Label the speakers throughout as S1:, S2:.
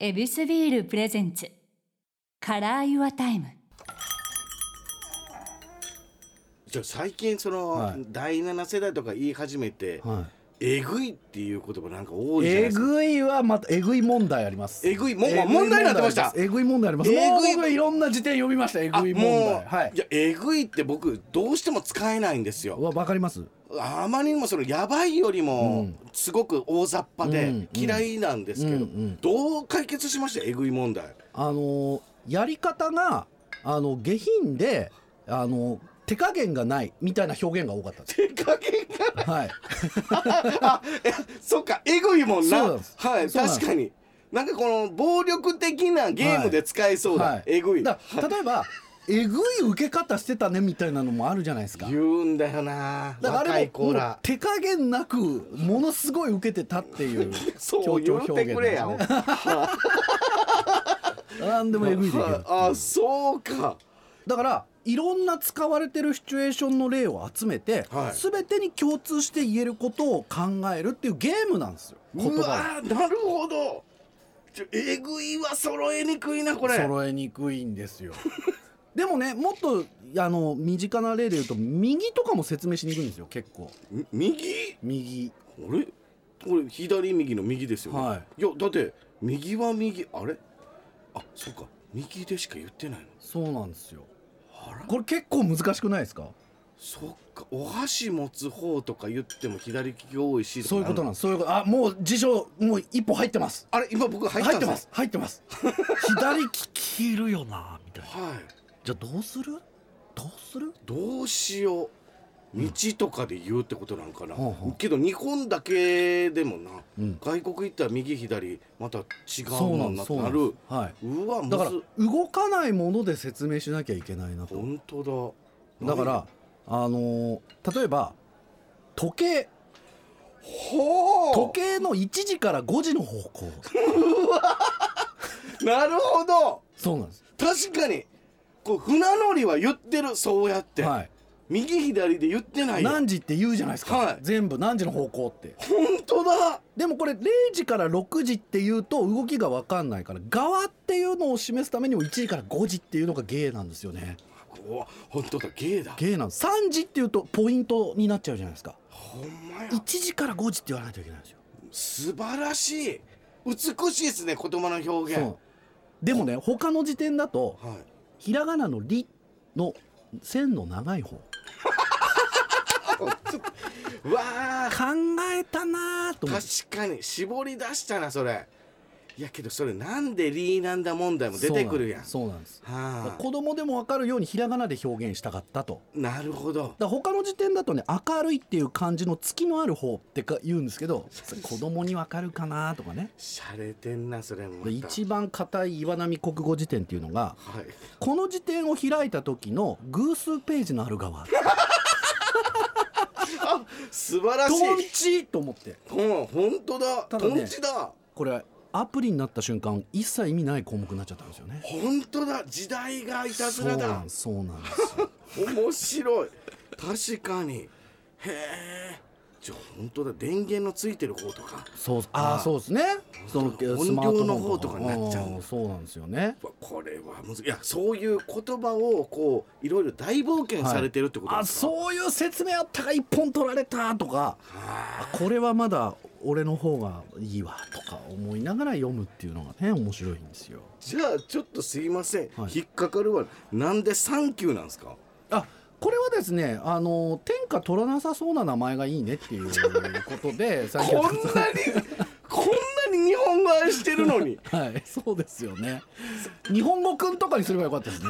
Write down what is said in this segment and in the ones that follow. S1: エビスビールプレゼンツカラーユアタイム
S2: ちょ最近その、
S3: はい
S2: 第7世代とか言い始めて、
S3: は
S2: えぐいっていう言葉なんか多
S3: い、
S2: いじゃない
S3: え
S2: ですか
S3: ぐいはまたえぐい問題あります
S2: えぐいもう
S3: えぐ
S2: 問題になってました
S3: えぐい問題あります
S2: え
S3: え
S2: ぐい
S3: ぐい僕いろんな辞典読みましたえ
S2: あ
S3: ぐい問
S2: も
S3: 題
S2: う、
S3: はい
S2: い、やえぐいって僕どうしても使えないんですよ
S3: わわかります
S2: あまりにもそのやばいより
S3: う
S2: も
S3: ん
S2: すごく大雑把
S3: う
S2: で
S3: ん
S2: 嫌いなんですけど、
S3: うんうん
S2: どう解決しましたえぐい問題
S3: あのーやり方があの下品であのー手加減がないみたいな表現が多かったんで
S2: 手加減が
S3: すはい
S2: あえそっかえぐいもんな
S3: そうなんです
S2: はい
S3: そうなんです
S2: 確かになんかこの暴力的なゲームで使え そうだ、
S3: はい
S2: えぐい
S3: だ例えばえぐい受け方してたねみたいなのもあるじゃないですか
S2: 言うんだよな
S3: だからあ
S2: 若
S3: れ
S2: い
S3: も
S2: 子
S3: もう
S2: ら
S3: 手加減なくものすごい受けてたっていう
S2: そう言うてくれや
S3: 強調表現なん
S2: ん
S3: ですね なんでもえぐいでいける
S2: あそうか
S3: だからいろんな使われてるシチュエーションの例を集めて、
S2: はい
S3: 全てに共通して言えることを考えるっていうゲームなんですよ言
S2: う
S3: 葉
S2: わーなるほどちょえぐいは揃えにくいなこ
S3: を
S2: れ
S3: 揃えにくいんですよ でもねもっとあの身近な例で言うと右とかも説明しにくいんですよ結構
S2: み右
S3: 右
S2: あれこれ左右の右ですよね、、
S3: はい
S2: やだって右は右あれあそうか右でしか言ってないの
S3: そうなんですよ
S2: あら
S3: これ結構難しくないですか
S2: そっかお箸持つ方とか言っても左利き多いし
S3: そういうことなん
S2: ん
S3: ですそういうことあもう辞書もう一歩入ってます
S2: あれ今僕入
S3: 入
S2: っ
S3: った
S2: ん
S3: て
S2: で
S3: ます入ってます 左利きいるよなみたいな
S2: はい
S3: じゃあどうするどうする
S2: どうしよう道とかで言うってことなんかな、
S3: ほうほう
S2: けど日本だけでもな、
S3: うん
S2: 外国行ったら右左また違う
S3: そうな
S2: もん
S3: んで
S2: なっ
S3: す
S2: て
S3: そう
S2: な
S3: なん
S2: る
S3: で
S2: う
S3: すはい
S2: わむ
S3: だから
S2: ず
S3: 動かないもので説明しなきゃいけないなと
S2: 本当だ
S3: だからあのー例えば時計
S2: ほう
S3: 時計の1時から5時の方向
S2: なるほど
S3: そうなんです
S2: 確かにこう船乗りは言ってるそうやって、
S3: はい
S2: 右左で言ってないよ
S3: 何時って言うじゃないですか、
S2: はい
S3: 全部何時の方向って
S2: 本当だ
S3: でもこれ0時から6時っていうと動きが分かんないから側っていうのを示すためにも1時から5時っていうのが芸なんですよね
S2: うわ本当だゲーだ
S3: 芸なんです3時っていうとポイントになっちゃうじゃないですか
S2: ほんまや
S3: 1時から5時って言わないといけないんですよ
S2: 素晴らしい美しいですね言葉の表現
S3: そうでもね他の時点だと
S2: はい
S3: ひらがなの「り」の線の長い方考
S2: うわー
S3: えたなーと思って
S2: 確かに絞り出したなそれいやけどそれなんでリーなんだ問題も出てくるやんは
S3: そうなんですそうなんです
S2: あ
S3: 子供でも分かるようにひらがなで表現したかったと
S2: なるほど
S3: だから他の時点だとね明るいっていう感じの月のある方ってか言うんですけどそれ子供にわかるかなとかね
S2: しゃれてんなそれもまた
S3: で一番硬い岩波国語辞典っていうのが
S2: はい
S3: この辞典を開いた時の偶数ページのある側ど
S2: 素晴らし
S3: ん
S2: い
S3: ちと思って
S2: うん本当だ
S3: た
S2: と
S3: だね
S2: んちだ
S3: これアプリになった瞬間一切意味ない項目になっちゃったんですよね
S2: 本当だ時代がいたず
S3: そう
S2: ら
S3: な
S2: だ
S3: んですそうなんですよ
S2: 面白い確かにへえじゃあ本当だ電源のついてる方とか
S3: そう ああそうですねその
S2: 音量の方とかになっちゃう
S3: うんそうなんですよね
S2: うわこれは難しいいやそういう言葉をこういろいろ大冒険されてるってこと
S3: あ
S2: ですか、
S3: そういう説明あったか一本取られたとか
S2: は
S3: あこれはまだ俺の方がいいわとか思いながら読むっていうのがね面白いんですよ
S2: いじゃあちょっとすいません、
S3: はい
S2: 引っかかるわなんで「サンキュー」なんですか
S3: あこれはですねあの天下取らなさそうな名前がいいねっていうこと で
S2: こ
S3: 最
S2: ん
S3: 近
S2: なにこんなに日本語愛してるの に
S3: はいそうですよ ね日本語くんとかにすればよかったですね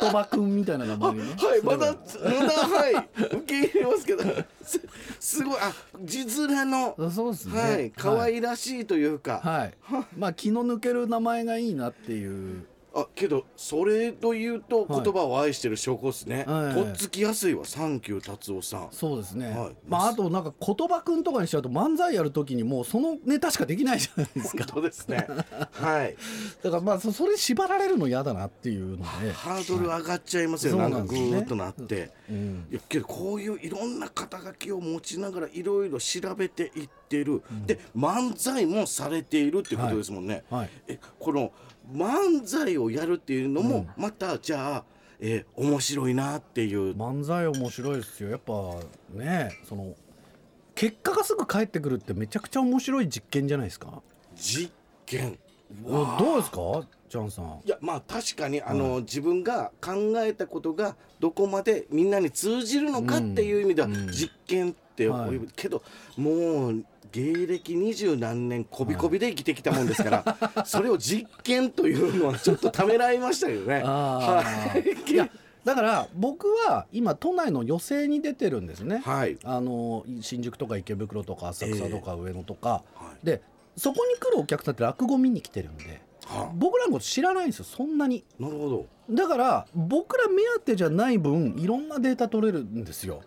S3: 言葉くんみたいな名 前にね
S2: はい、まだ、
S3: す
S2: まだ、はい、受け入れますけど。すすごい、あ、字面の。
S3: ればそうですね
S2: はい、可愛らしいというか。
S3: はい、はい、まあ気の抜ける名前がいいなっていう
S2: あ、けど、それと言うと、
S3: はい
S2: 言葉を愛してる証拠ですね。
S3: はい
S2: とっつきやすいわ、サンキュー達夫さん。
S3: そうですね、
S2: はい
S3: まああとなんか言葉くんとかにしちゃうと漫才やるときにもうそのネタしかできないじゃないですか
S2: 本当ですね。はい。
S3: だからまあそそれ縛られるの嫌だなっていうので、
S2: ハードル上がっちゃいますよ。
S3: は
S2: ないんかぐーっとなっ
S3: そうなん
S2: て。
S3: うん、
S2: いやけどこういういろんな肩書きを持ちながらいろいろ調べていっってる、で漫才もされているってことですもんね、
S3: はいはい
S2: えこの漫才をやるっていうのもまたじゃあ、えー面白いなっていう、
S3: 漫才面白いですよやっぱねその結果がすぐ返ってくるってめちゃくちゃ面白い実験じゃないですか
S2: 実験
S3: おどうですかジャンさん
S2: いやまあ確かにあの、自分が考えたことがどこまでみんなに通じるのかっていう意味では、
S3: うんうん
S2: 実験って及ぶ、
S3: は
S2: けどもう芸歴二十何年こびこびで生きてきたもんですから、 それを実験というのはちょっとためらいましたけどね。
S3: あ
S2: は
S3: ー
S2: い
S3: いやだから僕は今都内の予選に出てるんですね、
S2: はい
S3: あの新宿とか池袋とか浅草とか上野とか、
S2: はい
S3: でそこに来るお客さんって落語見に来てるんで
S2: は
S3: 僕らのこと知らないんですよそんなに
S2: あなるほど
S3: だから僕ら目当てじゃない分いろんなデータ取れるんですよ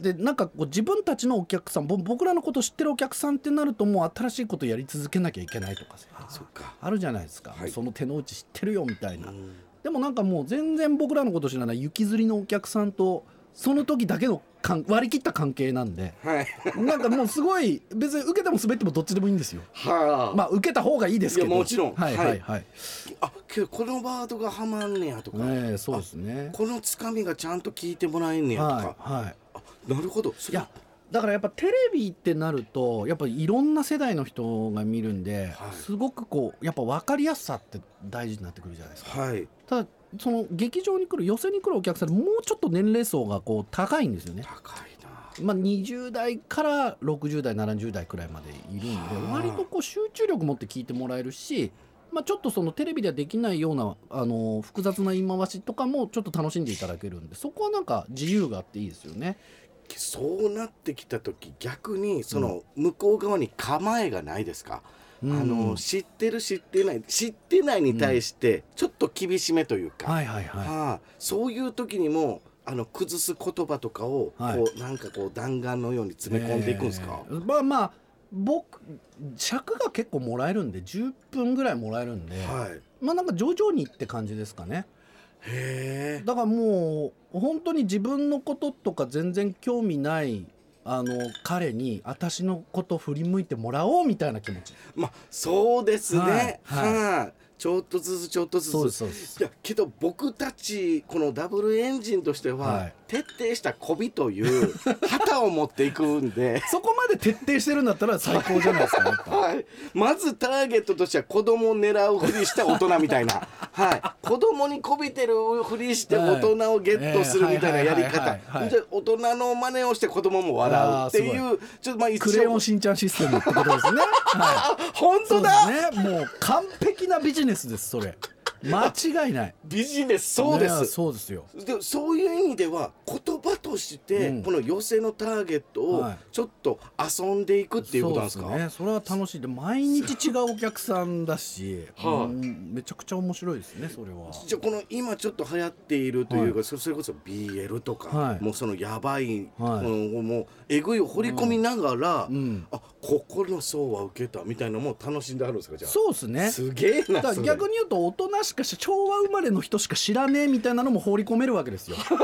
S3: でなんかこう自分たちのお客さんぼ僕らのこと知ってるお客さんってなるともう新しいことやり続けなきゃいけないとかさ
S2: そっか
S3: あるじゃないですか、
S2: はい
S3: その手の内知ってるよみたいな、
S2: ん
S3: でもなんかもう全然僕らのこと知らない雪吊りのお客さんとその時だけの関割り切った関係なんで
S2: はい
S3: なんかもうすごい別に受けても滑ってもどっちでもいいんですよ
S2: はあ、
S3: まあ受けた方がいいですけど
S2: いやもちろん
S3: はいはいはい、
S2: あけどこのワードがはまんねやとか、
S3: ねえそうですね
S2: このつかみがちゃんと聞いてもらえんねやとか、
S3: はいはい
S2: あなるほどそ
S3: い
S2: れ
S3: やだからやっぱテレビってなるとやっぱいろんな世代の人が見るんで、
S2: はい
S3: すごくこうやっぱ分かりやすさって大事になってくるじゃないですか
S2: はい
S3: ただその劇場に来る寄せに来るお客さんもうちょっと年齢層がこう高いんですよね、
S2: 高いな
S3: まあ、20代から60代70代くらいまでいるんで
S2: はあ
S3: 割とこう集中力持って聞いてもらえるし、まあ、ちょっとそのテレビではできないようなあの複雑な言い回しとかもちょっと楽しんでいただけるんでそこはなんか自由があっていいですよね。
S2: そうなってきた時逆にその向こう側に構えがないですか、
S3: うん
S2: あの知ってる知ってない知ってないに対してちょっと厳しめというか、
S3: はいはいはい
S2: はあそういう時にもあの崩す言葉とかをこう、
S3: はい
S2: なんかこう弾丸のように詰め込んでいくんですか、
S3: えーまあまあ僕尺が結構もらえるんで10分ぐらいもらえるんで、
S2: はいへ
S3: まあなんか徐々にって感じですかね
S2: え
S3: だからもう本当に自分のこととか全然興味ないあの彼に私のこと振り向いてもらおうみたいな気持ち
S2: まあそうですね
S3: はいはい
S2: はいちょっとずつちょっとず
S3: そうです
S2: つ
S3: そうです
S2: いやけど僕たちこのダブルエンジンとしては、
S3: はい
S2: 徹底した媚びと いう旗を持っていくんで
S3: そこまで徹底してるんだったら最高じゃないですか やっぱ
S2: はい、まずターゲットとしては子供を狙うふりした大人みたい な、はい、子供に媚びてるふりして大人をゲットするみたいなやり
S3: は
S2: 方
S3: いええはいはいはいはい
S2: で大人の真似をして子供も笑うってい
S3: あ
S2: うちょっとまあ一
S3: クレヨ
S2: 応
S3: ンしんちゃんシステムってことですね、はい、
S2: あ 本
S3: そ
S2: 当
S3: う
S2: だ、
S3: ですねもう完璧なビジネスですそれ間違いない
S2: ビジネスそうで
S3: ね
S2: す
S3: そうですよ
S2: でそういう意味では言葉として、
S3: うん
S2: この寄せのターゲットを
S3: はい
S2: ちょっと遊んでいくっていうことなんですか
S3: そうねそれは楽しいで毎日違うお客さんだし、
S2: はい
S3: うんめちゃくちゃ面白いですねそれは
S2: じゃあこの今ちょっと流行っているというか、
S3: は
S2: そそれこそ BL とか、
S3: はい
S2: もうそのやばい、
S3: はい
S2: もうもうえぐいを掘り込みながら、
S3: うん
S2: あここの層は受けたみたいなのも楽しんであるんですかじゃあ
S3: そうですね
S2: すげえな
S3: だから
S2: それ
S3: 逆に言うと大人しかし昭和生まれの人しか知らねえみたいなのも放り込めるわけで すよそれ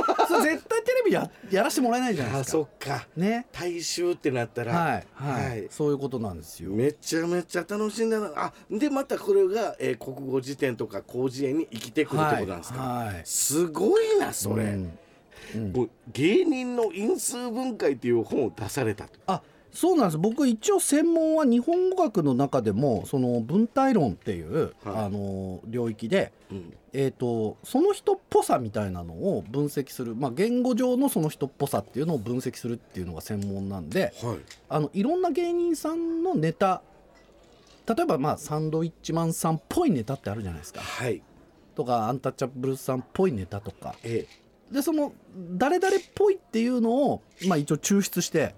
S3: 絶対テレビややらせてもらえないじゃない
S2: あ
S3: ですか
S2: そっか
S3: ね
S2: 大衆ってなったら
S3: はいはい、
S2: はい
S3: そういうことなんですよ
S2: めちゃめちゃ楽しんだなあでまたこれが、えー国語辞典とか広辞苑に生きてくるってことなんですか、
S3: はいはい
S2: すごいなそれ、
S3: うん
S2: もう芸人の因数分解っていう本を出されたと
S3: あそうなんです僕一応専門は日本語学の中でもその文体論っていう、
S2: はい
S3: あの領域で、
S2: うん
S3: えー、とその人っぽさみたいなのを分析する、まあ、言語上のその人っぽさっていうのを分析するっていうのが専門なんで
S2: はい
S3: あのいろんな芸人さんのネタ例えばまあサンドウィッチマンさんっぽいネタってあるじゃないですか
S2: はい
S3: とかアンタッチャブルさんっぽいネタとか
S2: え
S3: でその誰々っぽいっていうのを、まあ、一応抽出して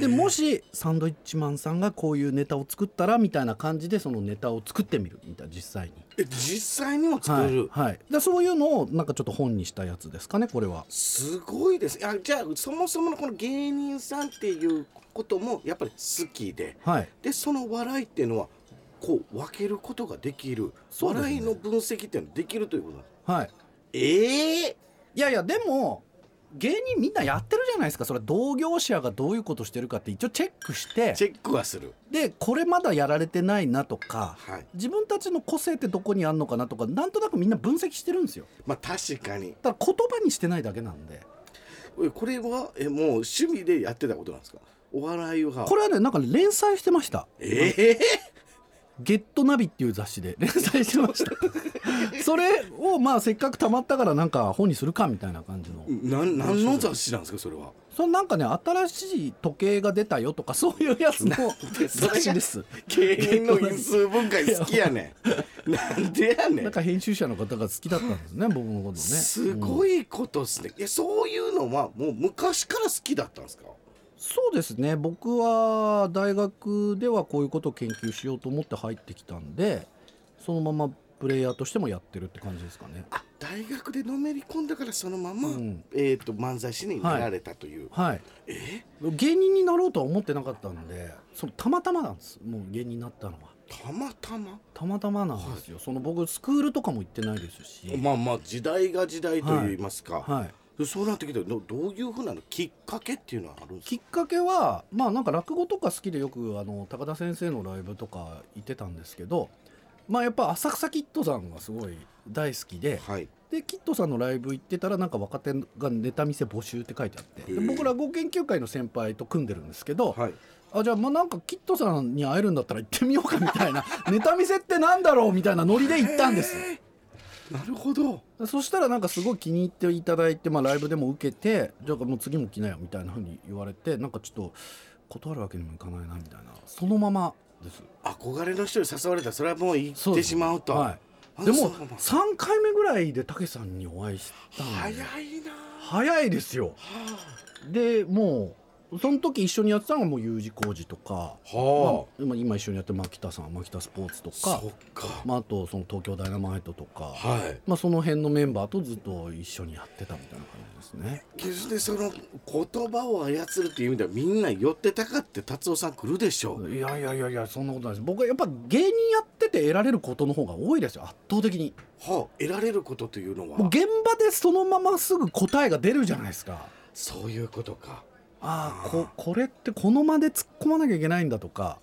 S3: でもしサンドウィッチマンさんがこういうネタを作ったらみたいな感じでそのネタを作ってみるみたいな実際に。
S2: え実際にも作れる、
S3: はいはい、でそういうのをなんかちょっと本にしたやつですかねこれは
S2: すごいですあじゃあそもそものこの芸人さんっていうこともやっぱり好きで
S3: はい
S2: でその笑いっていうのはこう分けることができる、
S3: そうですね
S2: 笑いの分析っていうのができるということなんです
S3: はい
S2: ええ
S3: いやいやでも芸人みんなやってるじゃないですかそれは同業者がどういうことしてるかって一応チェックして
S2: チェックはする
S3: でこれまだやられてないなとか、
S2: はい
S3: 自分たちの個性ってどこにあんのかなとかなんとなくみんな分析してるんですよ
S2: まあ確かに
S3: だから言葉にしてないだけなんで
S2: えこれはえもう趣味でやってたことなんですかお笑いは
S3: これはねなんか連載してました
S2: ええ
S3: 「ゲットナビ」っていう雑誌で連載してました それをまあせっかくたまったからなんか本にするかみたいな感じの
S2: なん何の雑誌なんですかそれ は
S3: そのなんかね新しい時計が出たよとかそういうやつの雑誌です
S2: 芸人の因数分解好きやねんなんでやね
S3: なん
S2: ん
S3: か編集者の方が好きだったんで すね僕のことね
S2: す
S3: うん
S2: ごいことっすね、いやそういうのはもう昔から好きだったんですか
S3: そうですね僕は大学ではこういうことを研究しようと思って入ってきたんでそのままプレイヤーとしてもやってるって感じですかね
S2: あ大学でのめり込んだからそのまま、
S3: うん
S2: えー、と漫才師になられたという、
S3: はい
S2: え
S3: 芸人になろうとは思ってなかったんでそのたまたまなんですもう芸人になったのは
S2: たまたま
S3: たまたまなんですよ、その僕スクールとかも行ってないですし
S2: まあまあ時代が時代といいますか、
S3: はい
S2: でそうなってきてどどういうふうなのきっかけっていうのはあるんですか
S3: きっかけはまあなんか落語とか好きでよくあの高田先生のライブとか行ってたんですけどまあやっぱ浅草キッドさんがすごい大好きで
S2: はい
S3: でキッドさんのライブ行ってたらなんか若手がネタ見せ募集って書いてあってで
S2: へえ
S3: 僕落語研究会の先輩と組んでるんですけど、
S2: はい
S3: あじゃあまあなんかキッドさんに会えるんだったら行ってみようかみたいなネタ見せってなんだろうみたいなノリで行ったんです
S2: へーなるほど
S3: そしたらなんかすごい気に入っていただいて、まあ、ライブでも受けてじゃあもう次も来なよみたいなふうに言われてなんかちょっと断るわけにもいかないなみたいなそのままです
S2: 憧れの人に誘われたらそれはもう行
S3: そう
S2: って
S3: です
S2: しまうと
S3: は
S2: あ
S3: い、でも
S2: そうなんだ
S3: 3回目ぐらいでたけさんにお会いしたんで
S2: 早いな
S3: 早いですよでもうその時一緒にやってたのがもう U 字工事とか、
S2: は
S3: まあ今今一緒にやってる牧田さん牧田スポーツと
S2: あ、
S3: か
S2: そっか
S3: まあ、あとその東京ダイナマイトとか、
S2: はい
S3: まあ、その辺のメンバーとずっと一緒にやってたみたいな感じですね。
S2: 決してその言葉を操るっていう意味ではみんな寄ってたかって達夫さん来るでしょう、
S3: いやいやいやいやそんなことないです僕はやっぱ芸人やってて得られることの方が多いですよ圧倒的に
S2: はあ、得られることというの
S3: もう
S2: は
S3: 現場でそのまますぐ答えが出るじゃないですか
S2: そういうことか
S3: ああここれってこの間で突っ込まなきゃいけないんだとか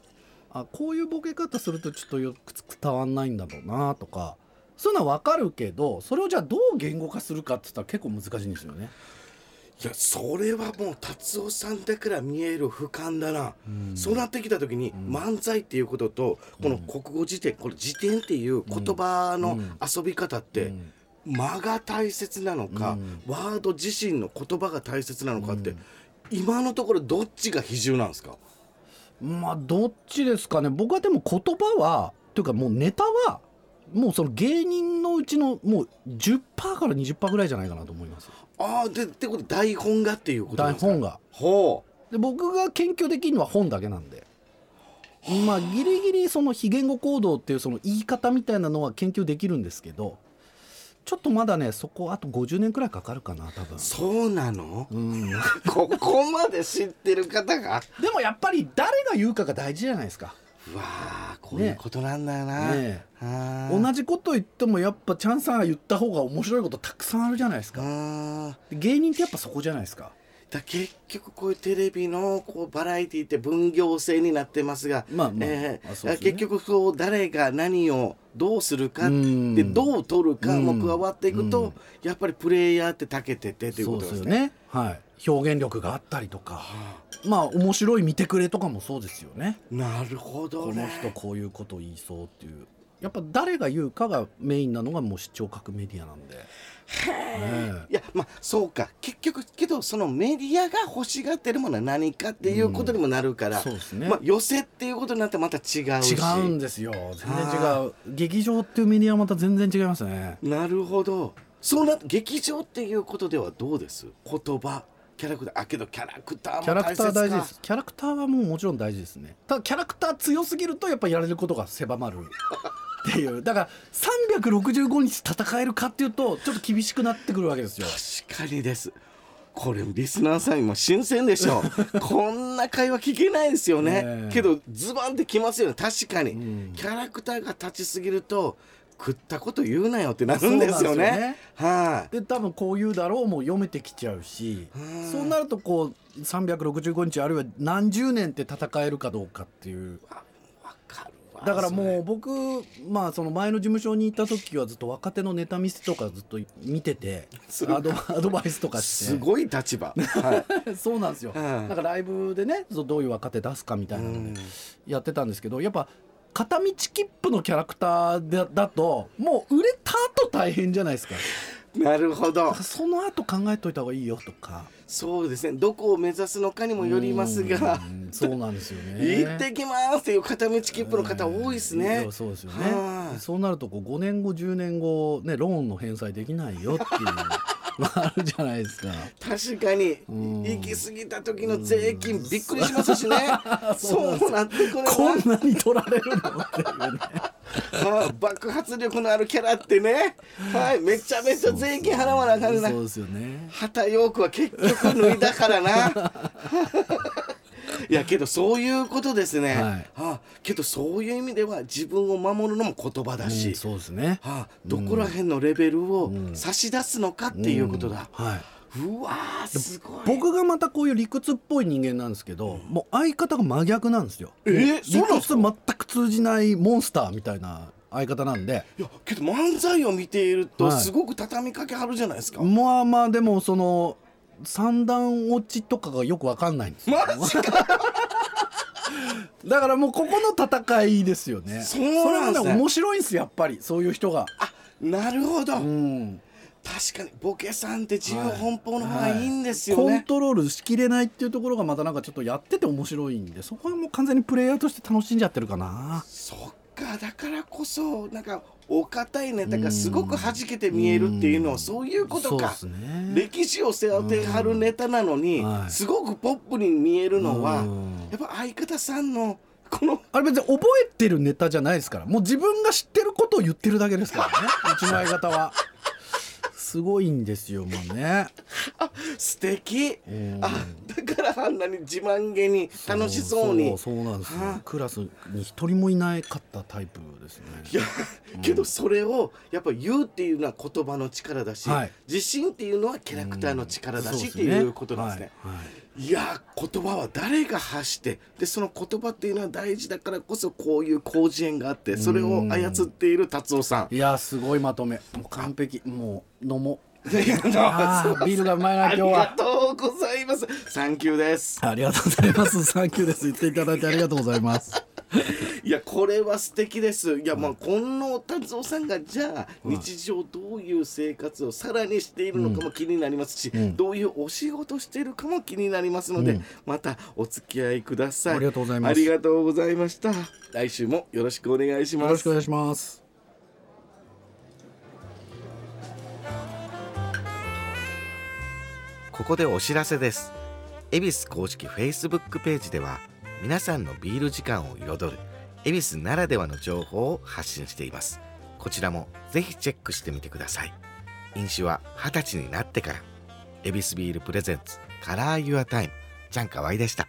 S3: あこういうボケ方するとちょっとよく伝わんないんだろうなとかそういうのは分かるけどそれをじゃあどう言語化するかって言ったら結構難しいんですよね。
S2: いやそれはもう達夫さんだから見える俯瞰だな、
S3: うん
S2: そうなってきた時に、
S3: ん
S2: 漫才っていうこととこの国語辞典この辞典っていう言葉
S3: う
S2: の
S3: ん
S2: 遊び方って、
S3: うん
S2: 間が大切なのか、
S3: うん
S2: ワード自身の言葉が大切なのかって、
S3: うん
S2: 今のところどっちが比重なんですか
S3: まあどっちですかね僕はでも言葉はというかもうネタはもうその芸人のうちのもう10%から20%ぐらいじゃないかなと思います
S2: ああでってこと台本がっていうことなん
S3: 台
S2: ですか
S3: 本が
S2: ほ
S3: で僕が研究できるのは本だけなんでまあギリギリその非言語行動っていうその言い方みたいなのは研究できるんですけどちょっとまだねそこあと50年くらいかかるかな多分
S2: うそうなの
S3: うん
S2: ここまで知ってる方が
S3: でもやっぱり誰が言うかが大事じゃないですか
S2: うわあこういうことなんだよな、
S3: ねえ
S2: あー
S3: 同じこと言ってもやっぱチャンさんが言った方が面白いことたくさんあるじゃないですか
S2: あー
S3: 芸人ってやっぱそこじゃないですか
S2: だ結局こういうテレビのこうバラエティって分業制になってますが、
S3: まあまあ
S2: えー
S3: あそうですね
S2: 結局こう誰が何をどうするか
S3: うん
S2: でどう取るかも加わっていくと、
S3: うん
S2: やっぱりプレイヤーって長けててという
S3: そ
S2: こ
S3: う
S2: と
S3: で
S2: ですす
S3: よ
S2: ね。
S3: ねはい表現力があったりとか
S2: はあ
S3: まあ面白い見てくれとかもそうですよね
S2: なるほど
S3: この
S2: ね。
S3: 人こういうこと言いそうっていうやっぱ誰が言うかがメインなのがもう視聴覚メディアなんで、ねえ
S2: いやまあそうか結局けどそのメディアが欲しがってるものは何かっていうことにもなるから、
S3: うんそうですね
S2: まあ、寄せっていうことになってまた違うし
S3: 違うんですよ全然違う劇場っていうメディアはまた全然違いますね
S2: なるほどそうな劇場っていうことではどうです言葉キャラクターあけどキャラクターも大切か
S3: キャラクター大事ですキャラクターはもうもちろん大事ですねただキャラクター強すぎるとやっぱやれることが狭まるっていうだから365日戦えるかっていうとちょっと厳しくなってくるわけですよ
S2: 確かにですこれリスナーさん今新鮮でし ょこんな会話聞けないですよね
S3: ねえ
S2: けどズバンってきますよね確かに、
S3: ん
S2: キャラクターが立ちすぎると食ったこと言うなよってなるんですよ
S3: そうなんですよ
S2: ね
S3: ね。
S2: はい、
S3: で多分こう言うだろうも読めてきちゃうし
S2: うん
S3: そうなるとこう365日あるいは何十年って戦えるかどうかっていう
S2: わかるわ
S3: だから
S2: それ
S3: もう僕まあその前の事務所にいた時はずっと若手のネタ見せとかずっと見ててアドアドバイスとかして
S2: すごい立場。はい
S3: そうなんですよ、
S2: うん
S3: なんかライブでねそうどういう若手出すかみたいなのでやってたんですけどやっぱ片道切符のキャラクターだだともう売れた後大変じゃないですか
S2: なるほど
S3: だからその後考えといた方がいいよとか
S2: そうですねどこを目指すのかにもよりますが
S3: うんそうなんですよね
S2: 行ってきますっていう片道切符の方多いです
S3: い
S2: ね
S3: や。そうですよ
S2: は
S3: ね
S2: い
S3: そうなるとこう5年後10年後ねローンの返済できないよってい うのがあるじゃないですか
S2: 確かに
S3: ん
S2: 行き過ぎた時の税金びっくりしますし ねそうなってくるな
S3: こんなに取られるのっていうね
S2: はい爆発力のあるキャラってねはいめちゃめちゃ税金払わなあかんな
S3: そうですよね
S2: 旗ヨークは結局脱いだから ないやけどそういうことですね、
S3: はい
S2: あけどそういう意味では自分を守るのも言葉だし、
S3: うんそうですね
S2: はあ、どこら辺のレベルを差し出すのかっていうことだ、
S3: はい、
S2: うわーすごい
S3: 僕がまたこういう理屈っぽい人間なんですけど、もう相方が真逆なんですよ。
S2: えーそうな
S3: 理
S2: んです
S3: 屈全く通じないモンスターみたいな相方なんで、
S2: いやけど漫才を見ていると
S3: はい
S2: すごく畳みかけはるじゃないですか、
S3: まあまあでもその三段落ちとかがよくわかんないんですよ。
S2: マジ か
S3: だからもうここの戦いですよね。
S2: そうなんですね
S3: それがね面白いんですよやっぱりそういう人が。
S2: あなるほど、
S3: うん。
S2: 確かにボケさんって自由奔放の方がいいんですよね、
S3: コントロールしきれないっていうところがまたなんかちょっとやってて面白いんでそこはもう完全にプレイヤーとして楽しんじゃってるかな
S2: そっかだからこそなんかお堅いネタがすごく弾けて見えるっていうのはそういうことか
S3: そうですね
S2: 歴史を背負ってはるネタなのに
S3: うんはい
S2: すごくポップに見えるのは
S3: うん
S2: やっぱ相方さんの この
S3: あれ別に覚えてるネタじゃないですからもう自分が知ってることを言ってるだけですからねうちの相 方はすごいんですよもうね
S2: 素敵
S3: ん
S2: あだからあんなに自慢げに楽しそうに
S3: そうそうなんですよ
S2: は
S3: クラスに一人もいなかったタイプですね
S2: いやけどそれをやっぱ言うっていうのは言葉の力だし
S3: はい
S2: 自信っていうのはキャラクターの力だしっていうことなんですね。
S3: はいはい
S2: いやー言葉は誰が発してでその言葉っていうのは大事だからこそこういう広辞苑があってそれを操っている達夫さん
S3: いやすごいまとめもう完璧もう飲も う
S2: いや
S3: あービールがうまいな
S2: あ
S3: 今
S2: り
S3: 日
S2: が
S3: は
S2: とうございますサンキューです
S3: ありがとうございますサンキューです言っていただいてありがとうございます
S2: いやこれは素敵ですいやまあ近藤達夫さんがじゃあ日常どういう生活をさらにしているのかも気になりますし、
S3: ん
S2: どういうお仕事しているかも気になりますので、またお付き合いください
S3: ありがとうございます
S2: ありがとうございました来週もよろしくお願いし
S3: よ
S2: ま
S3: ろし
S2: す
S3: くお願いします
S2: ここでお知らせです恵比寿公式 Facebook ページでは皆さんのビール時間を彩る恵比寿ならではの情報を発信していますこちらもぜひチェックしてみてください飲酒は20歳になってから恵比寿ビールプレゼンツカラーユアタイムちゃんかわいでした